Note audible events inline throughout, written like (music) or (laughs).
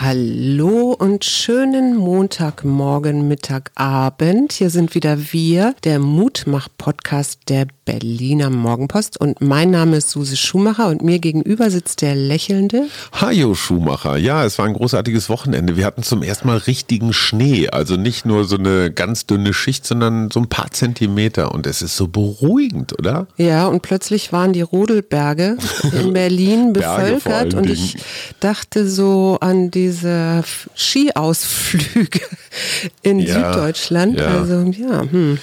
Hallo und schönen Montagmorgen, Mittag, Abend. Hier sind wieder wir, der Mutmach-Podcast der Berliner Morgenpost. Und mein Name ist Suse Schumacher und mir gegenüber sitzt der lächelnde. Hajo Schumacher. Ja, es war ein großartiges Wochenende. Wir hatten zum ersten Mal richtigen Schnee. Also nicht nur so eine ganz dünne Schicht, sondern so ein paar Zentimeter. Und es ist so beruhigend, oder? Ja, und plötzlich waren die Rodelberge (laughs) in Berlin Berge vor allen bevölkert und ich Dingen. dachte so an diese F- Skiausflüge (laughs) in Ja, Süddeutschland. ja. Also ja, hm.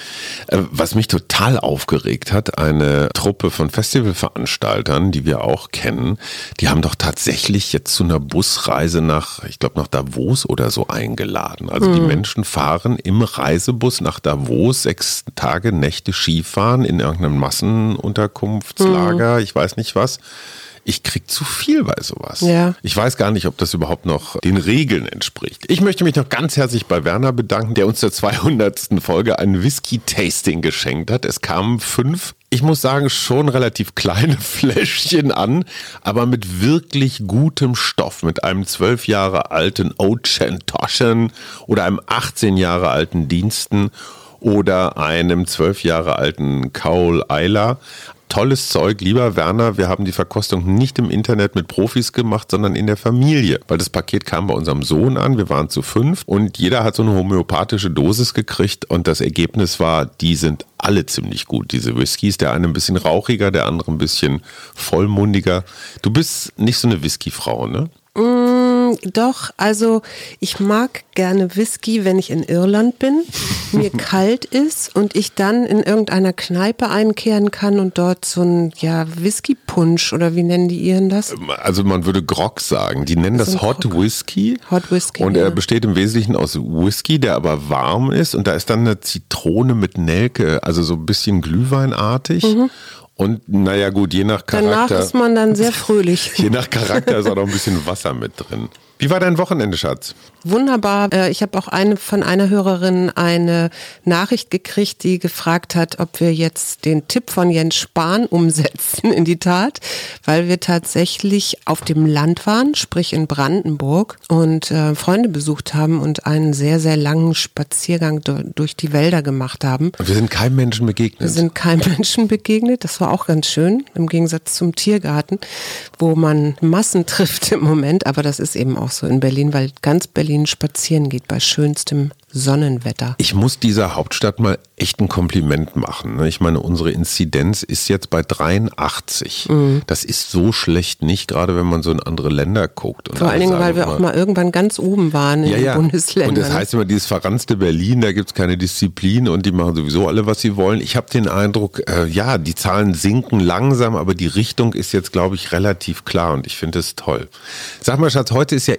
Äh, Was mich total aufgeregt hat, eine Truppe von Festivalveranstaltern, die wir auch kennen, die haben doch tatsächlich jetzt zu einer Busreise nach, ich glaube, nach Davos oder so eingeladen. Also die Menschen fahren im Reisebus nach Davos sechs Tage, Nächte Skifahren in irgendeinem Massenunterkunftslager, ich weiß nicht was. Ich krieg zu viel bei sowas. Ja. Ich weiß gar nicht, ob das überhaupt noch den Regeln entspricht. Ich möchte mich noch ganz herzlich bei Werner bedanken, der uns zur 200. Folge ein Whisky-Tasting geschenkt hat. Es kamen fünf, ich muss sagen, schon relativ kleine (laughs) Fläschchen an, aber mit wirklich gutem Stoff. Mit einem zwölf Jahre alten Ochentoschen oder einem 18 Jahre alten Diensten oder einem zwölf Jahre alten Kaul Eiler. Tolles Zeug, lieber Werner. Wir haben die Verkostung nicht im Internet mit Profis gemacht, sondern in der Familie. Weil das Paket kam bei unserem Sohn an. Wir waren zu fünf und jeder hat so eine homöopathische Dosis gekriegt. Und das Ergebnis war, die sind alle ziemlich gut, diese Whiskys. Der eine ein bisschen rauchiger, der andere ein bisschen vollmundiger. Du bist nicht so eine Whiskyfrau, ne? Doch, also ich mag gerne Whisky, wenn ich in Irland (laughs) bin, mir kalt ist und ich dann in irgendeiner Kneipe einkehren kann und dort so ein ja, Whisky-Punsch oder wie nennen die Iren das? Also man würde Grog sagen. Die nennen So das ein Hot Grog. Whisky. Hot Whisky, Und er ja. besteht im Wesentlichen aus Whisky, der aber warm ist. Und da ist dann eine Zitrone mit Nelke, also so ein bisschen Glühweinartig. Und naja gut, je nach Mhm. Danach Charakter, ist man dann (laughs) sehr fröhlich. je nach Charakter ist auch noch ein bisschen Wasser mit drin. Wie war dein Wochenende, Schatz? Wunderbar. Äh, Ich habe auch eine von einer Hörerin eine Nachricht gekriegt, die gefragt hat, ob wir jetzt den Tipp von Jens Spahn umsetzen in die Tat, weil wir tatsächlich auf dem Land waren, sprich in Brandenburg und äh, Freunde besucht haben und einen sehr sehr langen Spaziergang du- durch die Wälder gemacht haben. Wir sind keinem Menschen begegnet. Wir sind keinem (laughs) Menschen begegnet. Das war auch ganz schön, im Gegensatz zum Tiergarten, wo man Massen (laughs) trifft im Moment. Aber das ist eben auch so in Berlin, weil ganz Berlin spazieren geht bei schönstem Sonnenwetter. Ich muss dieser Hauptstadt mal echt ein Kompliment machen. ne? Ich meine, unsere Inzidenz ist jetzt bei 83. Mhm. Das ist so schlecht nicht, gerade wenn man so in andere Länder guckt. Und Vor allen alle Dingen, sagen weil wir immer, auch mal irgendwann ganz oben waren in ja, den ja. Bundesländern. Und das heißt immer, dieses verranzte Berlin, da gibt's keine Disziplin und die machen sowieso alle, was sie wollen. Ich habe den Eindruck, äh, ja, die Zahlen sinken langsam, aber die Richtung ist jetzt, glaube ich, relativ klar und ich finde es toll. Sag mal, Schatz, heute ist ja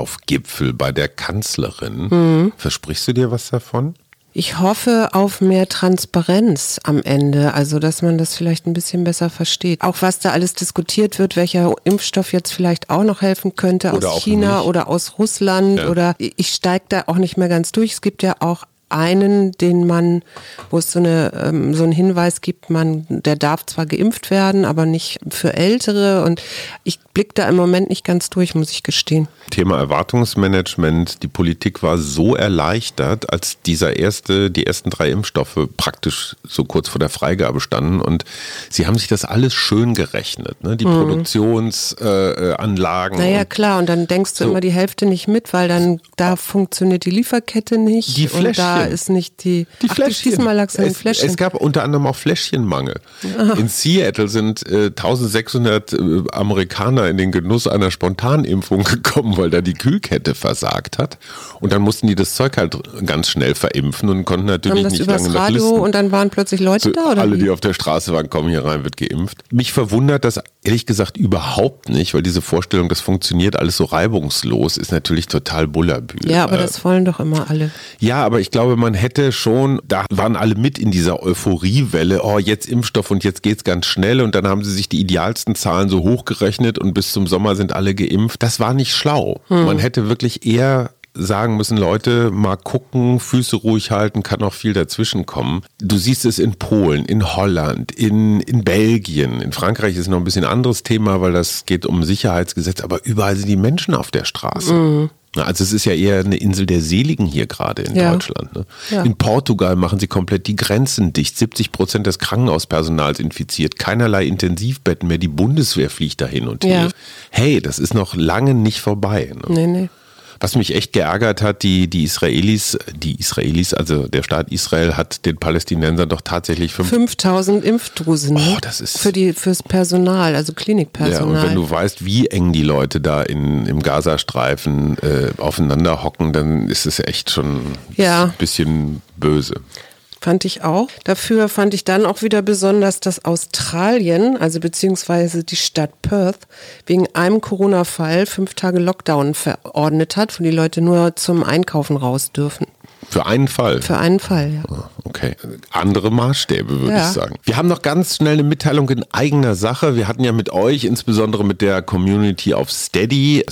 Impfstoffgipfel bei der Kanzlerin. Mhm. Versprichst du dir was davon? ich hoffe auf mehr Transparenz am Ende, also dass man das vielleicht ein bisschen besser versteht. Auch was da alles diskutiert wird, welcher Impfstoff jetzt vielleicht auch noch helfen könnte Oder auch aus China nicht. oder aus Russland Ja. oder ich steige da auch nicht mehr ganz durch. Es gibt ja auch einen, den man, wo es so, eine, ähm, so einen Hinweis gibt, man, der darf zwar geimpft werden, aber nicht für Ältere und ich blicke da im Moment nicht ganz durch, muss ich gestehen. Thema Erwartungsmanagement. Die Politik war so erleichtert, als dieser erste, die ersten drei Impfstoffe praktisch so kurz vor der Freigabe standen. Und sie haben sich das alles schön gerechnet, ne? Die Produktionsanlagen. Äh, Anlagen Naja, und klar, und dann denkst du So. immer die Hälfte nicht mit, weil dann da funktioniert die Lieferkette nicht. Die und da Fläschchen. ist nicht die. Die Ach, Fläschchen. du schießt mal langsam die es, Fläschchen. Ah. es gab unter anderem auch Fläschchenmangel. In Seattle sind äh, 1600 äh, Amerikaner in den Genuss einer Spontanimpfung (laughs) gekommen, weil da die Kühlkette versagt hat. Und dann mussten die das Zeug halt ganz schnell verimpfen und konnten haben natürlich das nicht übers lange nach Radio Listen. und dann waren plötzlich Leute So, da, oder? alle, wie? die auf der Straße waren, kommen hier rein, wird geimpft. Mich verwundert das ehrlich gesagt überhaupt nicht, weil diese Vorstellung, das funktioniert alles so reibungslos, ist natürlich total Bullerbühl. ja, aber Äh, das wollen doch immer alle. ja, aber ich glaube, man hätte schon, da waren alle mit in dieser Euphoriewelle, oh, jetzt Impfstoff und jetzt geht's ganz schnell und dann haben sie sich die idealsten Zahlen so hochgerechnet und bis zum Sommer sind alle geimpft. Das war nicht schlau. Man hätte wirklich eher sagen müssen, Leute, mal gucken, Füße ruhig halten, kann noch viel dazwischen kommen. Du siehst es in Polen, in Holland, in, in Belgien, in Frankreich ist noch ein bisschen anderes Thema, weil das geht um Sicherheitsgesetz, aber überall sind die Menschen auf der Straße. Mhm. Na, Also es ist ja eher eine Insel der Seligen hier gerade in Ja. Deutschland. Ne? Ja. In Portugal machen sie komplett die Grenzen dicht. 70 Prozent des Krankenhauspersonals infiziert, keinerlei Intensivbetten mehr. Die Bundeswehr fliegt dahin und Ja. hilft. Hey, das ist noch lange nicht vorbei. Ne? Nee, nee. Was mich echt geärgert hat, die, die Israelis, die Israelis, also der Staat Israel hat den Palästinensern doch tatsächlich fünf. 5000 Impfdosen ne? Oh, das ist- für die fürs Personal, also Ja, Klinikpersonal. und wenn du weißt, wie eng die Leute da in, im Gazastreifen äh, aufeinander hocken, dann ist es echt schon Ja. ein bisschen böse. Fand ich auch. Dafür fand ich dann auch wieder besonders, dass Australien, also beziehungsweise die Stadt Perth, wegen einem Corona-Fall fünf Tage Lockdown verordnet hat, wo die Leute nur zum Einkaufen raus dürfen. Für einen Fall. Für einen Fall, ja. Ah, Okay. Andere Maßstäbe, würde Ja. ich sagen. Wir haben noch ganz schnell eine Mitteilung in eigener Sache. Wir hatten ja mit euch, insbesondere mit der Community auf Steady,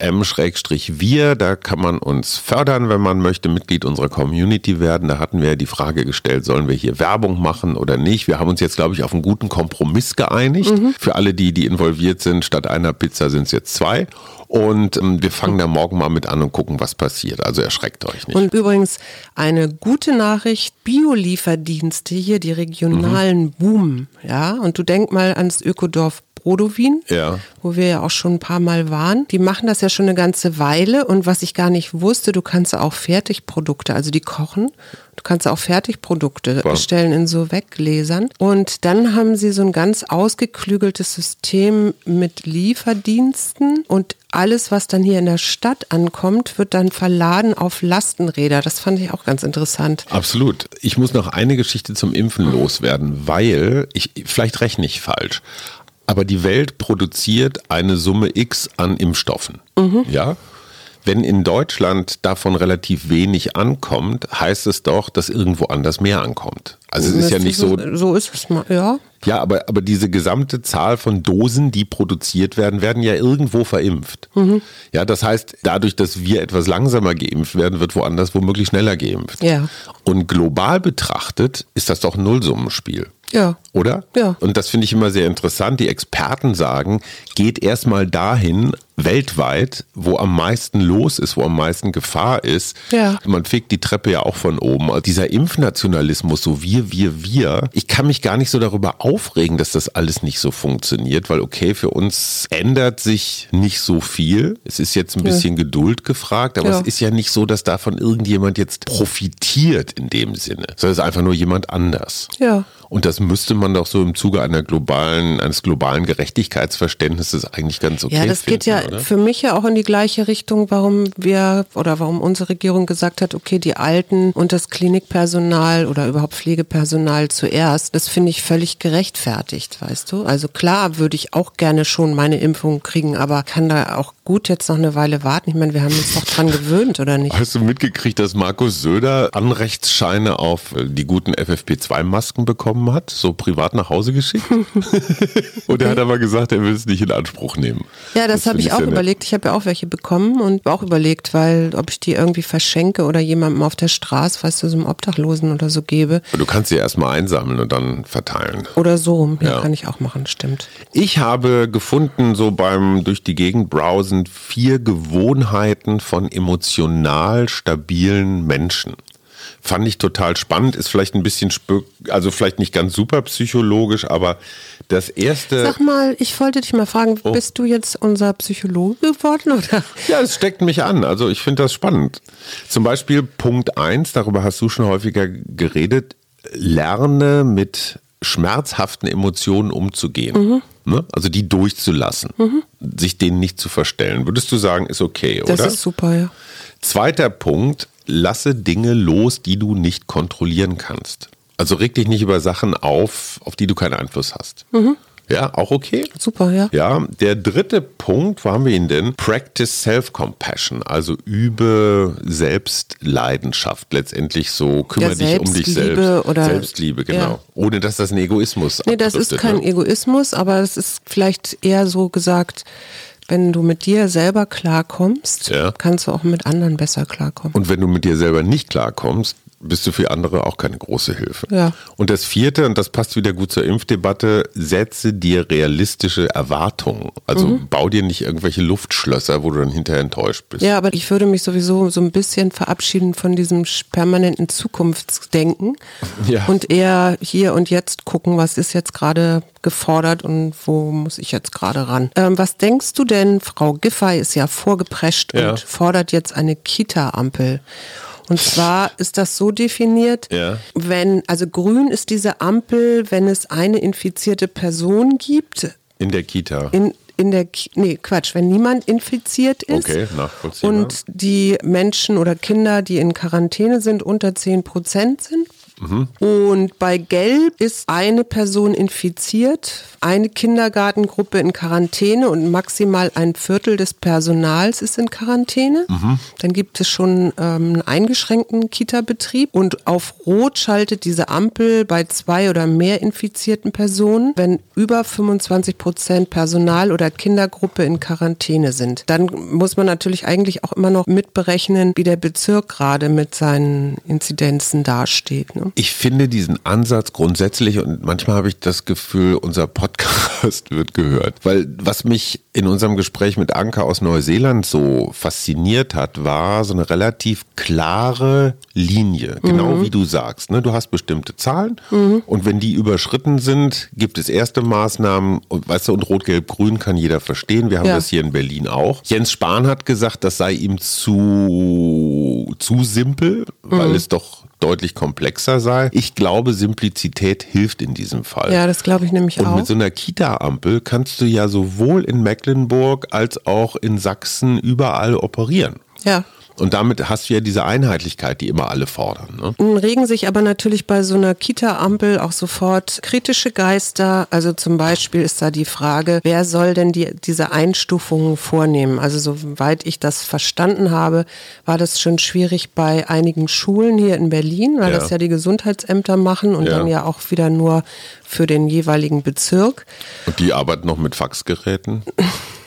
steady.fm-wir, da kann man uns fördern, wenn man möchte, Mitglied unserer Community werden. Da hatten wir ja die Frage gestellt, sollen wir hier Werbung machen oder nicht? Wir haben uns jetzt, glaube ich, auf einen guten Kompromiss geeinigt. Mhm. Für alle, die, die involviert sind, statt einer Pizza sind es jetzt zwei. Und ähm, wir fangen da morgen mal mit an und gucken, was passiert. Also erschreckt euch nicht. Mhm. Und übrigens eine gute Nachricht, Biolieferdienste hier, die regionalen boomen, ja. Und du denk mal ans Ökodorf Brodowin, Ja. wo wir ja auch schon ein paar Mal waren. Die machen das ja schon eine ganze Weile und was ich gar nicht wusste, du kannst auch Fertigprodukte, also die kochen, du kannst auch Fertigprodukte Wow. bestellen in so Weggläsern. Und dann haben sie so ein ganz ausgeklügeltes System mit Lieferdiensten und alles, was dann hier in der Stadt ankommt, wird dann verladen auf Lastenräder. Das fand ich auch ganz interessant. Absolut. Ich muss noch eine Geschichte zum Impfen loswerden, weil ich vielleicht rechne ich falsch. Aber die Welt produziert eine Summe X an Impfstoffen. Ja? Wenn in Deutschland davon relativ wenig ankommt, heißt es doch, dass irgendwo anders mehr ankommt. Also es ist ja nicht so, So ist es mal, ja. ja, aber, aber diese gesamte Zahl von Dosen, die produziert werden, werden ja irgendwo verimpft. Mhm. Ja, das heißt, dadurch, dass wir etwas langsamer geimpft werden, wird woanders womöglich schneller geimpft. Ja. Und global betrachtet ist das doch ein Nullsummenspiel. Ja. Oder? Ja. Und das finde ich immer sehr interessant. Die Experten sagen, geht erstmal dahin, weltweit, wo am meisten los ist, wo am meisten Gefahr ist. Ja. Man fegt die Treppe ja auch von oben. Also dieser Impfnationalismus, so wir, wir, wir. Ich kann mich gar nicht so darüber aufregen, dass das alles nicht so funktioniert, weil okay, für uns ändert sich nicht so viel. Es ist jetzt ein bisschen Geduld gefragt, aber Ja. es ist ja nicht so, dass davon irgendjemand jetzt profitiert in dem Sinne, sondern es ist einfach nur jemand anders. Ja. Und das müsste man doch so im Zuge einer globalen, eines globalen Gerechtigkeitsverständnisses eigentlich ganz okay Ja, das finden, geht ja oder? für mich ja auch in die gleiche Richtung, warum wir oder warum unsere Regierung gesagt hat, okay, die Alten und das Klinikpersonal oder überhaupt Pflegepersonal zuerst, das finde ich völlig gerechtfertigt, weißt du? Also klar würde ich auch gerne schon meine Impfung kriegen, aber kann da auch gut jetzt noch eine Weile warten. Ich meine, wir haben uns doch dran gewöhnt, oder nicht? Hast du mitgekriegt, dass Markus Söder Anrechtsscheine auf äh, die guten FFP2-Masken bekommen hat, so privat nach (laughs) Hause geschickt? Und er hat aber gesagt, er will es nicht in Anspruch nehmen. Ja, das, habe finde ich auch sehr nett. überlegt. Ich habe ja auch welche bekommen und auch überlegt, weil ob ich die irgendwie verschenke oder jemandem auf der Straße, weißt du, so einem Obdachlosen oder so gebe. Du kannst sie erstmal einsammeln und dann verteilen. Oder so, ja, Ja. kann ich auch machen, stimmt. Ich habe gefunden, so beim durch die Gegend browsen, vier Gewohnheiten von emotional stabilen Menschen. Fand ich total spannend, ist vielleicht ein bisschen, spö- also vielleicht nicht ganz super psychologisch, aber das erste. Sag mal, ich wollte dich mal fragen, bist du jetzt unser Psychologe geworden (laughs) oder? Ja, es steckt mich an. Also ich finde das spannend. Zum Beispiel Punkt eins, darüber hast du schon häufiger geredet, lerne mit schmerzhaften Emotionen Mhm. umzugehen. Ne? Also die durchzulassen, sich denen nicht zu verstellen. Würdest du sagen, ist okay, Das oder? ist super, ja. Zweiter Punkt, lasse Dinge los, die du nicht kontrollieren kannst. Also reg dich nicht über Sachen auf, auf die du keinen Einfluss hast. Mhm. Ja, auch okay? Super, ja. Ja, der dritte Punkt, wo haben wir ihn denn? Practice Self-Compassion, also übe Selbstleidenschaft, letztendlich so, kümmere Ja, dich um dich Selbstliebe selbst. oder- Selbstliebe, genau. ja. Ohne dass das ein Egoismus Nee, das ist abdriftet, kein ne? Egoismus, aber es ist vielleicht eher so gesagt, wenn du mit dir selber klarkommst, Ja. kannst du auch mit anderen besser klarkommen. Und wenn du mit dir selber nicht klarkommst, bist du für andere auch keine große Hilfe. Ja. Und das vierte, und das passt wieder gut zur Impfdebatte, setze dir realistische Erwartungen. Also Mhm. bau dir nicht irgendwelche Luftschlösser, wo du dann hinterher enttäuscht bist. Ja, aber ich würde mich sowieso so ein bisschen verabschieden von diesem sch- permanenten Zukunftsdenken (laughs) Ja. und eher hier und jetzt gucken, was ist jetzt gerade gefordert und wo muss ich jetzt gerade ran. Ähm, was denkst du denn, Frau Giffey ist ja vorgeprescht Ja. und fordert jetzt eine Kita-Ampel. Und zwar ist das so definiert, Ja. wenn, also grün ist diese Ampel, wenn es eine infizierte Person gibt, In der Kita. in, in der, Ki- nee, Quatsch, wenn niemand infiziert ist Okay, nachvollziehbar. und die Menschen oder Kinder, die in Quarantäne sind, unter 10 Prozent sind. Und bei Gelb ist eine Person infiziert, eine Kindergartengruppe in Quarantäne und maximal ein Viertel des Personals ist in Quarantäne. Dann gibt es schon ähm, einen eingeschränkten Kita-Betrieb. Und auf Rot schaltet diese Ampel bei zwei oder mehr infizierten Personen, wenn über 25 Prozent Personal oder Kindergruppe in Quarantäne sind. Dann muss man natürlich eigentlich auch immer noch mitberechnen, wie der Bezirk gerade mit seinen Inzidenzen dasteht. Ne? Ich finde diesen Ansatz grundsätzlich und manchmal habe ich das Gefühl, unser Podcast (laughs) wird gehört. Weil was mich in unserem Gespräch mit Anka aus Neuseeland so fasziniert hat, war so eine relativ klare Linie. Genau wie du sagst. Ne? Du hast bestimmte Zahlen und wenn die überschritten sind, gibt es erste Maßnahmen. Und, weißt du, und Rot, Gelb, Grün kann jeder verstehen. Wir haben Ja. das hier in Berlin auch. Jens Spahn hat gesagt, das sei ihm zu, zu simpel, Mhm. weil es doch deutlich komplexer sei. Ich glaube, Simplizität hilft in diesem Fall. Ja, das glaube ich nämlich Äh, Und auch. mit so einer Kita-Ampel kannst du ja sowohl in Mecklenburg als auch in Sachsen überall operieren. ja. Und damit hast du ja diese Einheitlichkeit, die immer alle fordern. Ne? Nun regen sich aber natürlich bei so einer Kita-Ampel auch sofort kritische Geister. Also zum Beispiel ist da die Frage, wer soll denn die, diese Einstufungen vornehmen? Also soweit ich das verstanden habe, war das schon schwierig bei einigen Schulen hier in Berlin, weil Ja. das ja die Gesundheitsämter machen und Ja. dann ja auch wieder nur für den jeweiligen Bezirk. Und die arbeiten noch mit Faxgeräten.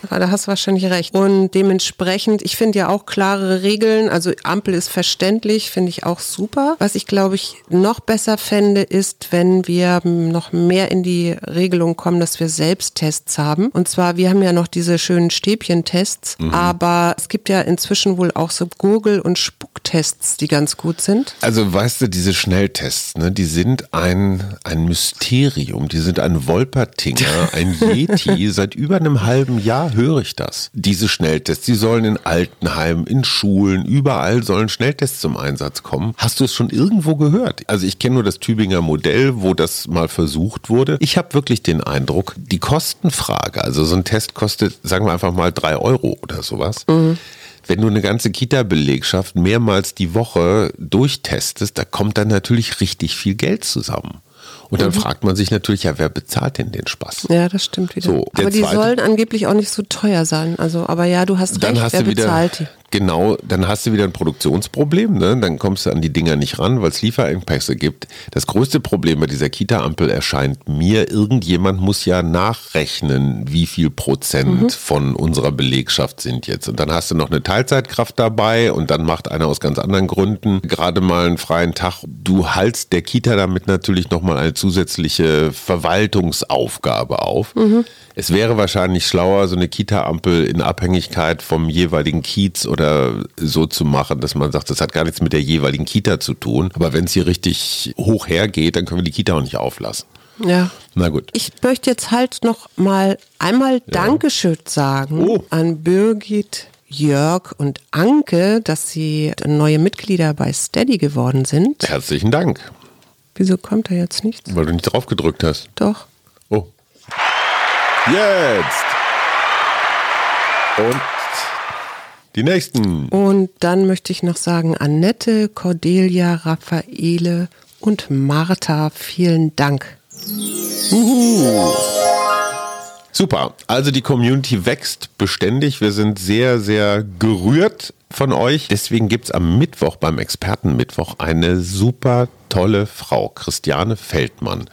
Ja, da hast du wahrscheinlich recht. Und dementsprechend, ich finde ja auch klarere Regeln, also Ampel ist verständlich, finde ich auch super. Was ich glaube ich noch besser fände, ist, wenn wir m, noch mehr in die Regelung kommen, dass wir Selbsttests haben. Und zwar, wir haben ja noch diese schönen Stäbchentests, Mhm. aber es gibt ja inzwischen wohl auch so Gurgel- und Spucktests, die ganz gut sind. Also weißt du, diese Schnelltests, ne, die sind ein, ein Mysterium, die sind ein Wolpertinger, ein Yeti. Seit über einem halben Jahr höre ich das. Diese Schnelltests, die sollen in Altenheimen, in Schulen, überall sollen Schnelltests zum Einsatz kommen. Hast du es schon irgendwo gehört? Also ich kenne nur das Tübinger Modell, wo das mal versucht wurde. Ich habe wirklich den Eindruck, die Kostenfrage, also so ein Test kostet, sagen wir einfach mal drei Euro oder sowas. Wenn du eine ganze Kita-Belegschaft mehrmals die Woche durchtestest, da kommt dann natürlich richtig viel Geld zusammen. Und dann fragt man sich natürlich, ja, wer bezahlt denn den Spaß? Ja, das stimmt wieder. So, der aber die zweite- sollen angeblich auch nicht so teuer sein. Also, aber ja, du hast Dann recht, hast wer du wieder, bezahlt die? genau, dann hast du wieder ein Produktionsproblem, ne? dann kommst du an die Dinger nicht ran, weil es Lieferengpässe gibt. Das größte Problem bei dieser Kita-Ampel erscheint mir, irgendjemand muss ja nachrechnen, wie viel Prozent Mhm. von unserer Belegschaft sind jetzt. Und dann hast du noch eine Teilzeitkraft dabei und dann macht einer aus ganz anderen Gründen gerade mal einen freien Tag. Du halst der Kita damit natürlich nochmal eine zusätzliche Verwaltungsaufgabe auf. Es wäre wahrscheinlich schlauer, so eine Kita-Ampel in Abhängigkeit vom jeweiligen Kiez oder so zu machen, dass man sagt, das hat gar nichts mit der jeweiligen Kita zu tun. Aber wenn es hier richtig hoch hergeht, dann können wir die Kita auch nicht auflassen. Ja. Na gut. Ich möchte jetzt halt noch mal einmal Dankeschön sagen Oh. an Birgit, Jörg und Anke, dass sie neue Mitglieder bei Steady geworden sind. Herzlichen Dank, Wieso kommt da jetzt nichts? weil du nicht drauf gedrückt hast. Doch. Oh. Jetzt. Und die nächsten. Und dann möchte ich noch sagen, Annette, Cordelia, Raffaele und Martha, vielen Dank. Super. Also die Community wächst beständig. Wir sind sehr, sehr gerührt von euch. Deswegen gibt es am Mittwoch beim Expertenmittwoch eine super tolle Frau, Christiane Feldmann.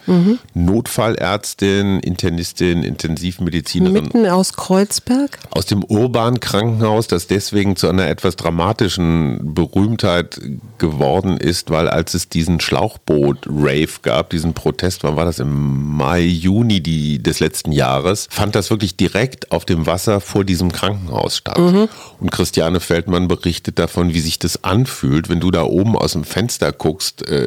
Notfallärztin, Internistin, Intensivmedizinerin Mitten aus Kreuzberg? aus dem urbanen Krankenhaus, das deswegen zu einer etwas dramatischen Berühmtheit geworden ist, weil als es diesen Schlauchboot-Rave gab, diesen Protest, wann war das im Mai, Juni die, des letzten Jahres, fand das wirklich direkt auf dem Wasser vor diesem Krankenhaus statt. Und Christiane Feldmann berichtet davon, wie sich das anfühlt, wenn du da oben aus dem Fenster guckst, äh,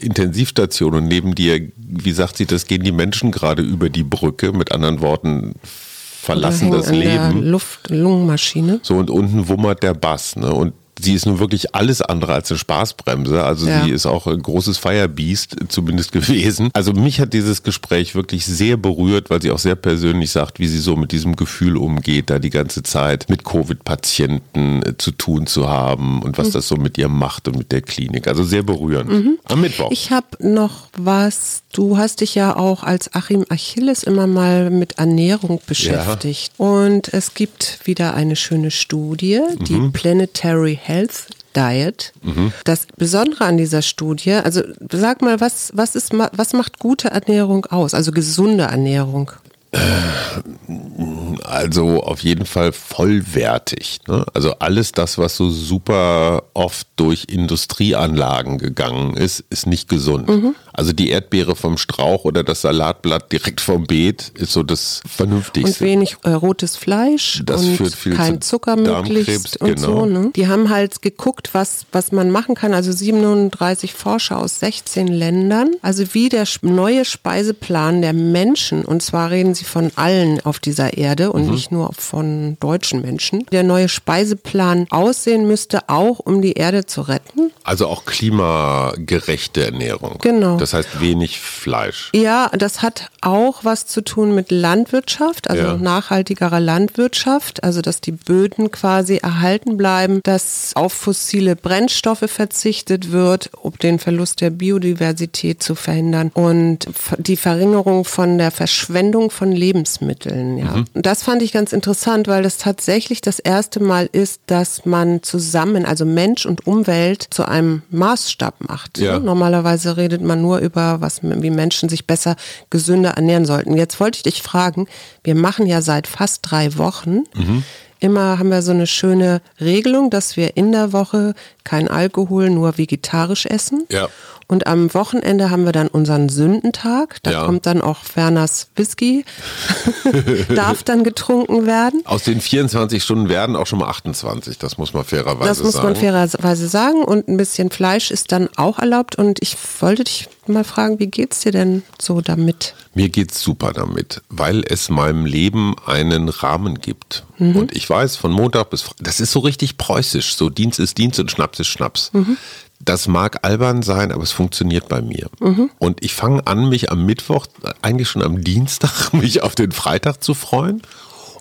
Intensivstation und neben dir, wie sagt sie das, gehen die Menschen gerade über die Brücke, mit anderen Worten, verlassen Oder hängen das also an der Leben. Luft Lungenmaschine. So, und unten wummert der Bass, ne? Und sie ist nun wirklich alles andere als eine Spaßbremse. Also Ja. sie ist auch ein großes Firebeast, zumindest (laughs) gewesen. Also mich hat dieses Gespräch wirklich sehr berührt, weil sie auch sehr persönlich sagt, wie sie so mit diesem Gefühl umgeht, da die ganze Zeit mit Covid-Patienten äh, zu tun zu haben und was Mhm. das so mit ihr macht und mit der Klinik. Also sehr berührend. Am Mittwoch. Ich habe noch was. Du hast dich ja auch als Achim Achilles immer mal mit Ernährung beschäftigt. Und es gibt wieder eine schöne Studie, die Planetary Health Diet. Das Besondere an dieser Studie, also sag mal, was, was, ist, ma- was macht gute Ernährung aus? Also gesunde Ernährung. also auf jeden Fall vollwertig. Ne? Also alles das, was so super oft durch Industrieanlagen gegangen ist, ist nicht gesund. Mhm. Also die Erdbeere vom Strauch oder das Salatblatt direkt vom Beet ist so das Und Vernünftigste. wenig äh, rotes Fleisch Das und führt viel kein zu Zucker Darmkrebs, möglichst und genau. so. Ne? Die haben halt geguckt, was, was man machen kann. Also 37 Forscher aus 16 Ländern. Also wie der sch- neue Speiseplan der Menschen, und zwar reden sie von allen auf dieser Erde Mhm. und nicht nur von deutschen Menschen, der neue Speiseplan aussehen müsste, auch um die Erde zu retten. Also auch klimagerechte Ernährung. Genau. Das heißt wenig Fleisch. Ja, das hat auch was zu tun mit Landwirtschaft, also Ja. nachhaltigerer Landwirtschaft, also dass die Böden quasi erhalten bleiben, dass auf fossile Brennstoffe verzichtet wird, um den Verlust der Biodiversität zu verhindern und f- die Verringerung von der Verschwendung von Lebensmitteln. Ja. Mhm. Und das fand ich ganz interessant, weil das tatsächlich das erste Mal ist, dass man zusammen, also Mensch und Umwelt, zu einem Maßstab macht. Ja. Ne? Normalerweise redet man nur über, was, wie Menschen sich besser, gesünder ernähren sollten. Jetzt wollte ich dich fragen, wir machen ja seit fast drei Wochen, Mhm. immer haben wir so eine schöne Regelung, dass wir in der Woche kein Alkohol, nur vegetarisch essen. Ja. Und am Wochenende haben wir dann unseren Sündentag. Da Ja. kommt dann auch Ferners (laughs) Whisky, (laughs) darf dann getrunken werden. Aus den 24 Stunden werden auch schon mal 28, das muss man fairerweise Das muss man sagen. fairerweise sagen. Und ein bisschen Fleisch ist dann auch erlaubt. Und ich wollte dich mal fragen, wie geht's dir denn so damit? Mir geht's super damit, weil es meinem Leben einen Rahmen gibt. Mhm. Und ich weiß, von Montag bis Freitag, das ist so richtig preußisch, so Dienst ist Dienst und Schnaps ist Schnaps. Mhm. Das mag albern sein, aber es funktioniert bei mir. Mhm. Und ich fange an, mich am Mittwoch, eigentlich schon am Dienstag, (laughs) mich auf den Freitag zu freuen.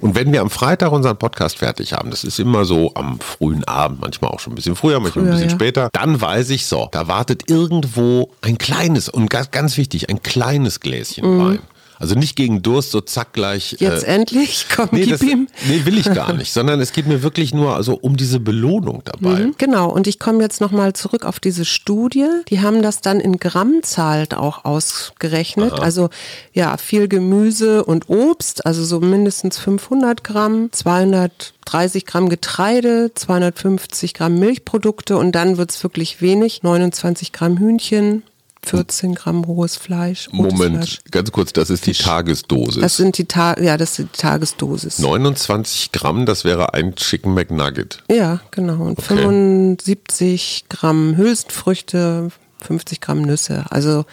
Und wenn wir am Freitag unseren Podcast fertig haben, das ist immer so am frühen Abend, manchmal auch schon ein bisschen früher, manchmal ein Früher, bisschen ja. später später, dann weiß ich so, da wartet irgendwo ein kleines und ganz, ganz wichtig, ein kleines Gläschen Wein. Also nicht gegen Durst, so zack gleich. Mhm. äh, Jetzt endlich, komm, nee, gib das, ihm. nee, will ich gar nicht, sondern es geht mir wirklich nur also um diese Belohnung dabei. Genau, und ich komme jetzt nochmal zurück auf diese Studie. Die haben das dann in Grammzahl auch ausgerechnet. Also ja, viel Gemüse und Obst, also so mindestens 500 Gramm, 230 Gramm Getreide, 250 Gramm Milchprodukte und dann wird's wirklich wenig, 29 Gramm Hühnchen, 14 Gramm rohes Fleisch. rotes Fleisch. Moment, ganz kurz, das ist die Tagesdosis. Das sind die, Ta ja, das sind die Tagesdosis. 29 Gramm, das wäre ein Chicken McNugget. Ja, genau. Und 75 Gramm Hülsenfrüchte, 50 Gramm Nüsse. Also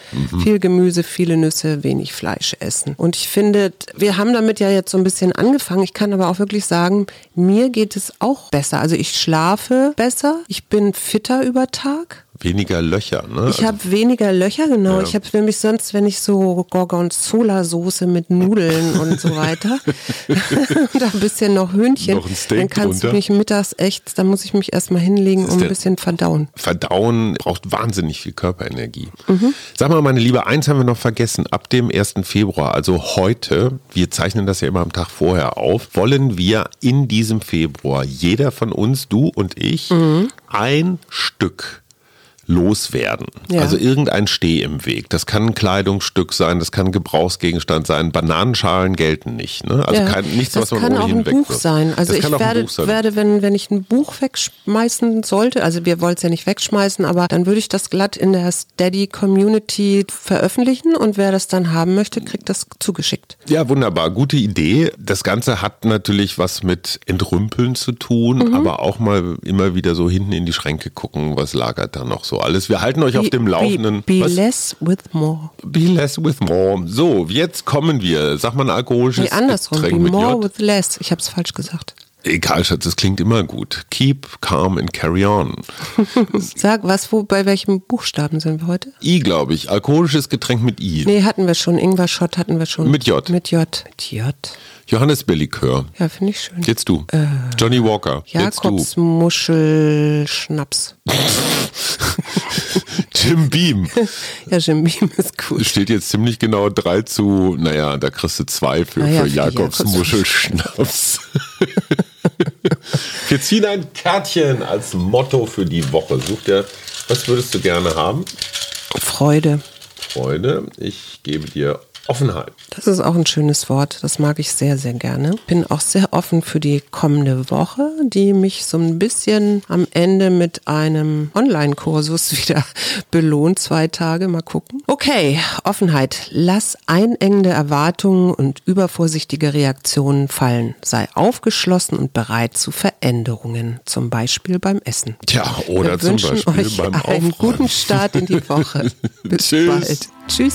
viel Gemüse, viele Nüsse, wenig Fleisch essen. Und ich finde, wir haben damit ja jetzt so ein bisschen angefangen. Ich kann aber auch wirklich sagen, mir geht es auch besser. Also ich schlafe besser, ich bin fitter über Tag. Weniger Löcher, ne? Ich habe weniger Löcher, genau. Ich habe nämlich sonst, wenn ich so Gorgonzola-Soße mit (laughs) Nudeln und so weiter, (laughs) da ein bisschen noch Hühnchen, Noch ein Steak dann kannst drunter. du mich mittags echt, dann muss ich mich erstmal hinlegen und der- ein bisschen verdauen. Verdauen braucht wahnsinnig viel Körperenergie. Mhm. Sag mal, meine Liebe, eins haben wir noch vergessen. Ab dem 1. Februar, also heute, wir zeichnen das ja immer am Tag vorher auf, wollen wir in Mhm. diesem Februar, jeder von uns, du und ich, ein Stück loswerden. Ja. Also irgendein Steh im Weg. Das kann ein Kleidungsstück sein, das kann ein Gebrauchsgegenstand sein. Bananenschalen gelten nicht. Ne? Also Ja, kein, nichts, das was man kann auch ohnehin ein Buch wegwirft. sein. Also das ich kann auch werde, ein Buch sein. werde wenn, wenn ich ein Buch wegschmeißen sollte, also wir wollen es ja nicht wegschmeißen, aber dann würde ich das glatt in der Steady-Community veröffentlichen und wer das dann haben möchte, kriegt das zugeschickt. Ja, wunderbar. Gute Idee. Das Ganze hat natürlich was mit Entrümpeln zu Mhm. tun, aber auch mal immer wieder so hinten in die Schränke gucken, was lagert da noch so alles. Wir halten euch auf dem Be- Laufenden. Be, be was? less with more. Be less with more. So, jetzt kommen wir. Sag mal ein alkoholisches Nee, andersrum. Be Getränk mit more J. with less. Ich habe es falsch (laughs) gesagt. Egal, Schatz, das klingt immer gut. Keep calm and carry on. Sag, was, wo, bei welchem Buchstaben sind wir heute? I, glaube ich. Alkoholisches Getränk mit I. Nee, hatten wir schon. Ingwer-Shot hatten wir schon. Mit J. Mit J. Mit J. Johannisbeerlikör. Ja, finde ich schön. Jetzt du. Johnny Walker. Jetzt du. Jakobsmuschelschnaps. (laughs) Jim (laughs) Beam. Ja, Jim Beam ist gut. Steht jetzt ziemlich genau 3 zu, naja, da kriegst du 2 für, Naja, für für Jakobs Jakobs- Muschelschnaps. (laughs) Wir ziehen ein Kärtchen als Motto für die Woche. Such dir, was würdest du gerne haben? Freude. Freunde, ich gebe dir Offenheit. Das ist auch ein schönes Wort. Das mag ich sehr, sehr gerne. Bin auch sehr offen für die kommende Woche, die mich so ein bisschen am Ende mit einem Online-Kursus (laughs) wieder belohnt. Zwei Tage, mal gucken. Okay, Offenheit. Lass einengende Erwartungen und übervorsichtige Reaktionen fallen. Sei aufgeschlossen und bereit zu Veränderungen. Zum Beispiel beim Essen. Tja, oder Wir zum wünschen Beispiel euch beim einen Aufräumen. guten Start in die (laughs) Woche. Bis Tschüss. bald. Tschüss.